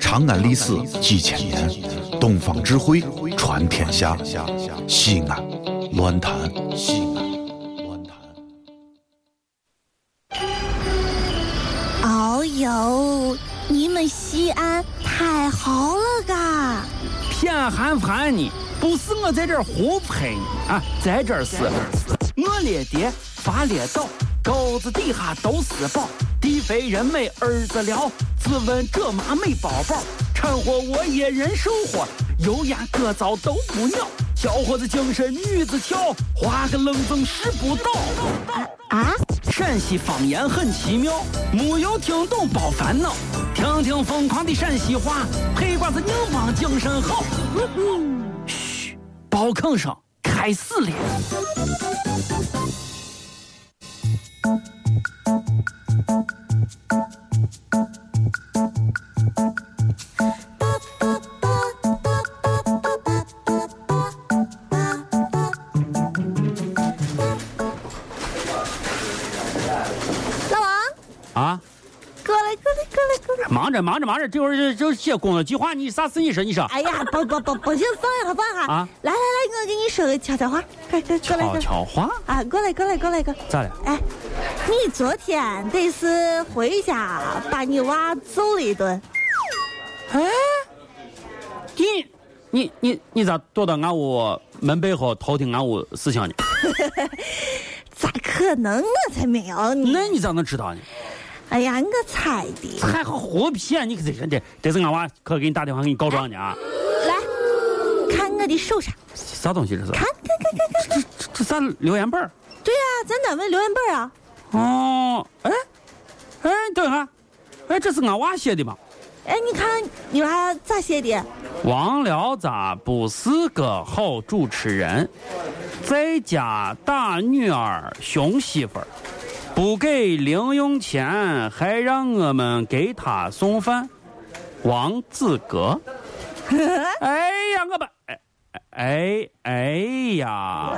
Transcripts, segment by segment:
长安历史几千年，东方智慧传天下。西安，乱谈西安。乱谈。哦呦，你们西安太好了嘎！偏寒寒你，不是我在这儿胡喷你啊，在这儿是，我列爹发列倒，沟子底下都是宝。地肥人美儿子了，自问这妈没宝宝，掺和我也人生活，油盐各糟都不尿，小伙子精神女子俏，花个愣风拾不到。啊！陕西方言很奇妙，没有听懂别烦恼，听听疯狂的陕西话，黑瓜子硬邦精神好。嘘、嗯，包吭声开始了。啊忙着忙着忙着，这会儿就写工作计划，你啥事你说你说？哎 呀，不不不不行，放下放下啊！来来来，我给你说个悄悄话，快快过来！悄悄话啊，过来过来过来哥，咋了？哎，你昨天得是回家把你娃揍了一顿。哎，你你你你咋躲到俺屋门背后偷听俺屋事情呢？咋可能？我才没有你。那你咋能知道呢？哎呀，我猜的！还好胡骗你可真这这是俺娃可给你打电话给你告状呢啊！来，看我的手上，啥东西这是？看看看看看，这这啥留言本儿？对呀、啊，咱单位留言本啊。哦，哎，哎，等一下，哎，这是俺娃写的吗？哎，你看你娃咋写的？王聊咋不是个好主持人，在家打女儿熊媳妇儿。不给零用钱，还让我们给他送饭，王子格。哎呀，我把哎哎哎呀！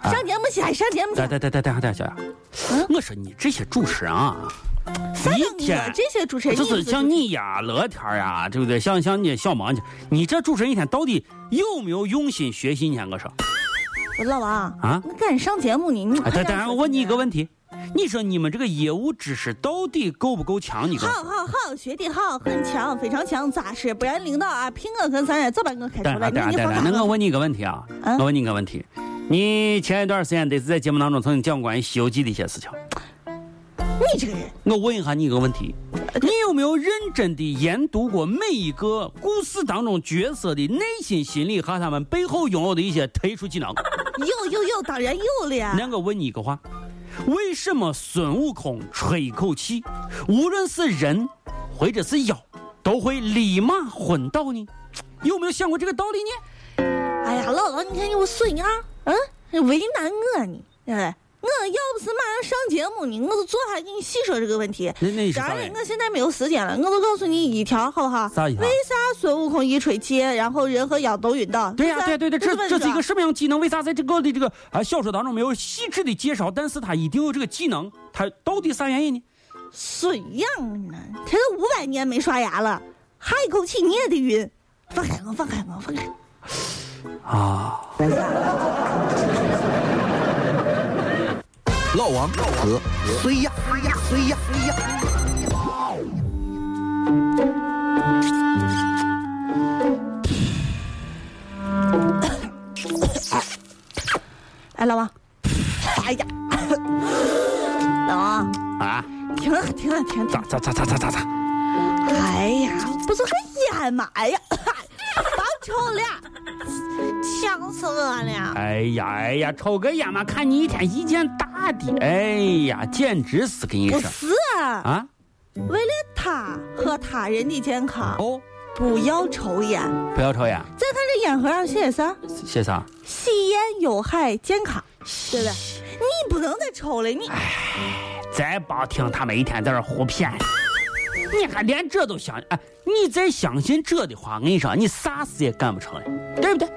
啊上节目去，上节目去！等等等等等等小雅，我说你这些主持人啊。一天这些主持人哎就是像你呀、啊乐天呀，对不对？像像你小王去，你这主持人一天到底有没有用心学习？你看我说，老王啊，你赶紧上节目你你。等等，啊我问你一个问题，你说你们这个业务知识到底够不够强？你好好好，学的好，很强，非常强，扎实。不然领导啊，凭我跟咱也早把我开除了。等等啊等，那我问你一个问题啊，我问你一个问题，你前一段时间得是在节目当中曾经讲关于《西游记》的一些事情。你这个人，我问一下你一个问题：你有没有认真的研读过每一个故事当中角色的内心心理和他们背后拥有的一些特殊技能？有有有，当然有了。那我问你一个话：为什么孙悟空吹一口气，无论是人或者是妖，都会立马昏倒呢？有没有想过这个道理呢？哎呀，老王，你看你我损样，嗯，为难我呢，哎。我要不是马上上节目呢，我就坐下给你细说这个问题。当然，我现在没有时间了，我就告诉你一条，好不好？啥一条？为啥孙悟空一吹气，然后人和妖都晕倒？对呀、啊，对对对，这这是一个什么样技能？为啥在这个的这个啊小说当中没有细致的介绍？但是他一定有这个技能，他到底啥原因呢？损样呢？他都五百年没刷牙了，哈一口气你也得晕。放开我，放开我，放开！啊！老王和谁呀？谁呀？谁呀？哎，老王，哎呀，老王啊！停了，停了，停！咋咋咋咋咋咋咋？哎呀，不是个烟吗？哎呀， 防臭 了。呛死我了！哎呀哎呀，抽个烟嘛，看你一天意见大的，哎呀，简直是跟你说。不是啊，为了他和他人的健康哦，不要抽烟，不要抽烟。再看这烟盒上写啥？写啥？吸烟有害健康，对不对？你不能再抽了，你。哎，再别听他们一天在这胡骗。你还连这都相信？哎，你再相信这的话，我跟你说，你啥事也干不成了，对不对？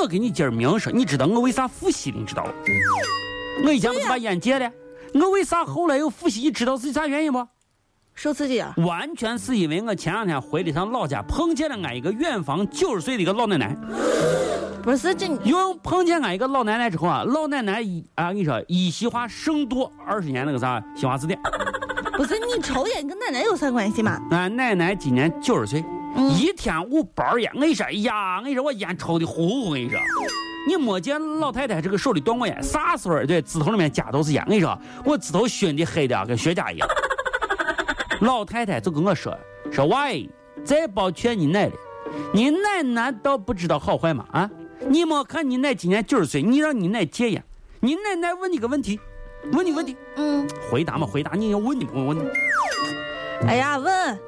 我给你今儿明说，你知道我为啥复吸的，你知道不？我以前不是把烟戒了，我为啥后来又复吸？你知道是啥原因不？受刺激啊！完全是因为我前两天回了趟老家，碰见了俺一个远房九十岁的一个老奶奶。不是 这，因为碰见俺一个老奶奶之后啊，老奶奶一啊，跟你说一席话胜读二十年那个啥新华字典。不是你抽烟跟奶奶有啥关系嘛？俺奶奶今年九十岁，嗯一天五包烟。我跟你说，哎呀，我跟你说我烟抽的呼呼。我跟你说，你没见老太太这个手里断过烟，啥时候对指头里面夹都是烟。我跟你说，我指头熏的黑的啊跟雪茄一样。老太太就跟我说：“说喂，再抱劝你奶了，你奶难道不知道好坏吗？啊，你没看你奶今年九十岁，你让你奶戒烟，你奶奶问你个问题，问你个问题，嗯，回答嘛回答，你要问你不问你，哎呀，问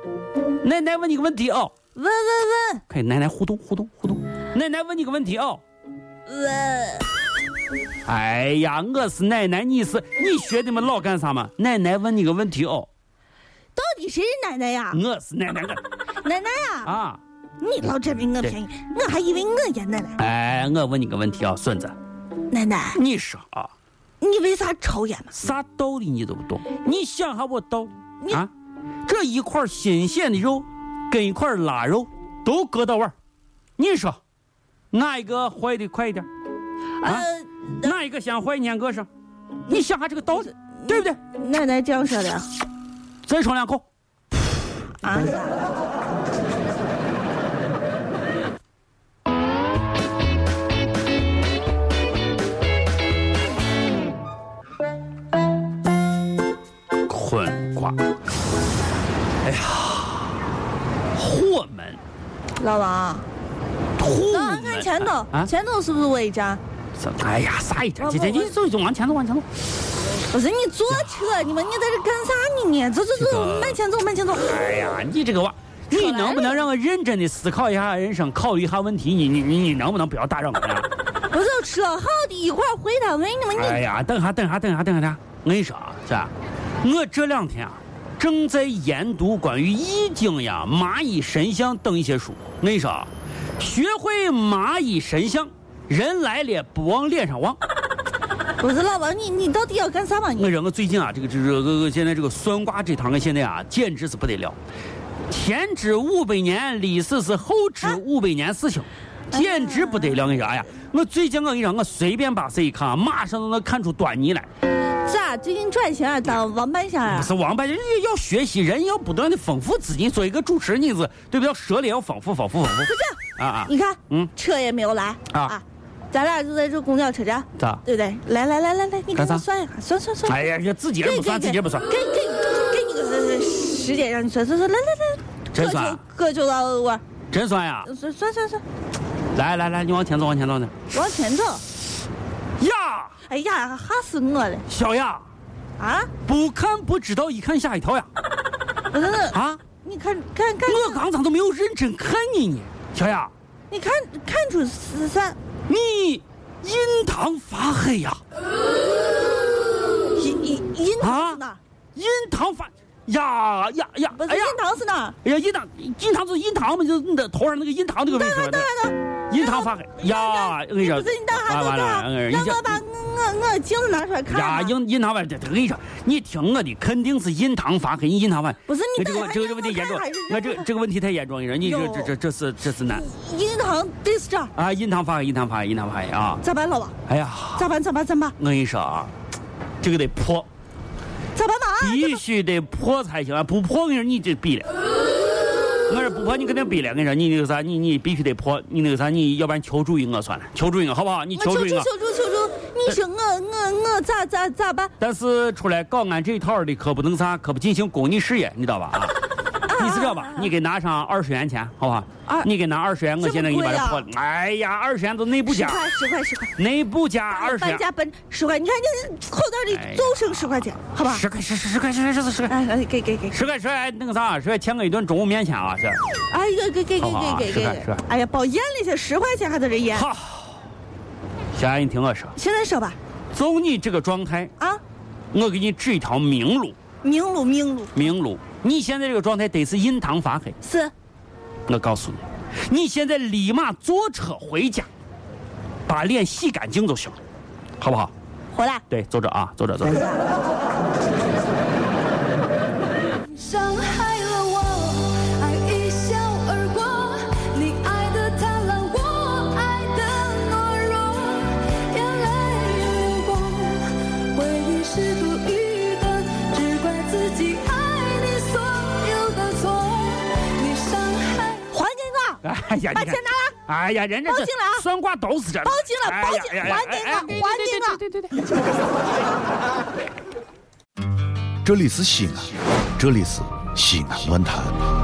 奶奶问你个问题哦，问问快奶奶互动互动互动，奶奶问你个问题哦，问问，哎呀，我是奶奶，你是你学你们老干啥嘛？奶奶问你个问题哦，到底谁是奶奶呀？我是奶奶 我奶奶呀，啊。”你老占明我便宜，我还以为我演奶奶。哎，我问你个问题啊，孙子，奶奶，你说啊，你为啥抽烟嘛？啥道理你都不懂。你想下我道理你啊？这一块新鲜的肉跟一块腊肉都割到腕儿，你说哪一个坏的快一点？呃，哪一个先坏撵个上？你想下这个嗯道理，对不对？奶奶这样说的再抽两口，啊？坤瓜。哎呀，火门，老王，土老王门看前头，啊！前头是不是我一张？怎么哎呀，啥一点？这这我我这，走走，往前走，往前走。不是你坐车，你们你在这干啥呢？你走走走，慢前走，慢 前走。哎呀，你这个娃，你能不能让我认真的思考一下人生，考虑一下问题？你你你你能不能不要打扰我呀？不是说好的一块儿回单位呢吗？你哎呀，等下等下等下等下，我跟你说啊，是吧？我这两天啊，正在研读关于易经呀、蚂蚁神象等一些书。我跟你说啊，学会蚂蚁神象，人来了不往脸上往。不是老王，你你到底要干啥嘛？我你人我最近啊，这个这这个现在这个算卦这堂，我现在啊，简直是不得了。前知五百年历史是后知五百年事情，简直不得了！我跟你说，哎呀，我最近我跟你说，我随便把谁一看啊，马上都能看出端倪来。咋最近赚钱啊当王八仙不啊？是王八，人家要学习，人要不断的丰富自己。做一个主持人，你是对不对？舌脸要丰富，丰富，丰就富。这啊啊样，！你看，嗯车也没有来啊啊，咱俩就在这公交车站，咋对不对？来来来来来，你给干啥我算一下，算算算，哎呀，这自己人给不给算，自己给，人不算给，给给你个时间让你算算算，来来来，真各算就啊各就到我真算呀！算算算算，来来来，你往前走，往前走呢。往前走。呀，哎呀，吓死我了小呀，啊！不看不知道，一看吓一跳呀！不是，啊！呃你看看看，我刚才都没有认真看你呢，小雅，你看看出是啥？你印堂发黑呀、印印印堂啊是哪儿？印堂发呀呀呀不！是哎呀印，堂是哪儿？哎呀，印堂印堂就是印堂嘛，就是你的头上那个印堂那个位等置下嘛等，下等下，印堂发黑呀！我跟你说，不是你等下啊完等完了，下，我跟你让说我把我我我镜子拿出来看呀，看。印印堂发黑，我跟你说，你听我的，肯定是印堂发黑，印堂发。不是你这等个下这个这个让问题严重我看，我这个这个问题太严重，我跟你说，你这哟这这这是这是难印堂对是这儿，啊！印堂发黑，印堂发黑，印堂发黑啊！咋办老王？哎呀，咋办咋办咋办我跟你说啊，这个得破。咋办嘛？啊必须得破才行啊！不破，我跟你说，你这逼了。我说不破，你肯定逼了。我跟你说，你那个啥，你你必须得破，你那个啥，你要不然求助于我算了，求助于我好不好？你我求呃求助助于我。求助求助！你说我我我咋咋咋办？但是出来搞俺这一套的，可不能啥，可不进行公益事业，你知道吧？啊，你是这样吧？你给拿上二十元钱，好吧？二你给拿二十元，我现在给你把这它么破贵了。哎呀，二十元都内部十价，块十块十块，内部价二十搬元，家搬十块，你看这口袋哎呀里就剩十块钱，好吧？十块十十十块十块十块十块哎哎，给给给，十块十块那个啥，十块钱我一顿中午面钱啊，这。哎给给给给好啊好好给给十块十给块！哎呀，包烟里些十块钱还在这烟，好，小安，你听我说，现在说吧，就你这个状态，啊，我给你指一条明路，明路明路明路。你现在这个状态得是印堂发黑，是。我告诉你，你现在立马坐车回家，把脸洗干净就行，好不好？回来。对，坐着啊，坐着，坐着。伤害了我，爱一笑而过。你爱的贪婪，我爱的懦弱。眼泪流过，回忆是多余的，只怪自己爱你所有的错。你伤害。还给我，哎呀，把你看钱拿来。哎呀，人家报这警了啊算卦都是这。报警了哎呀报警哎呀还给我哎哎对还对给对我对对对对这里是西安，这里是西安论坛。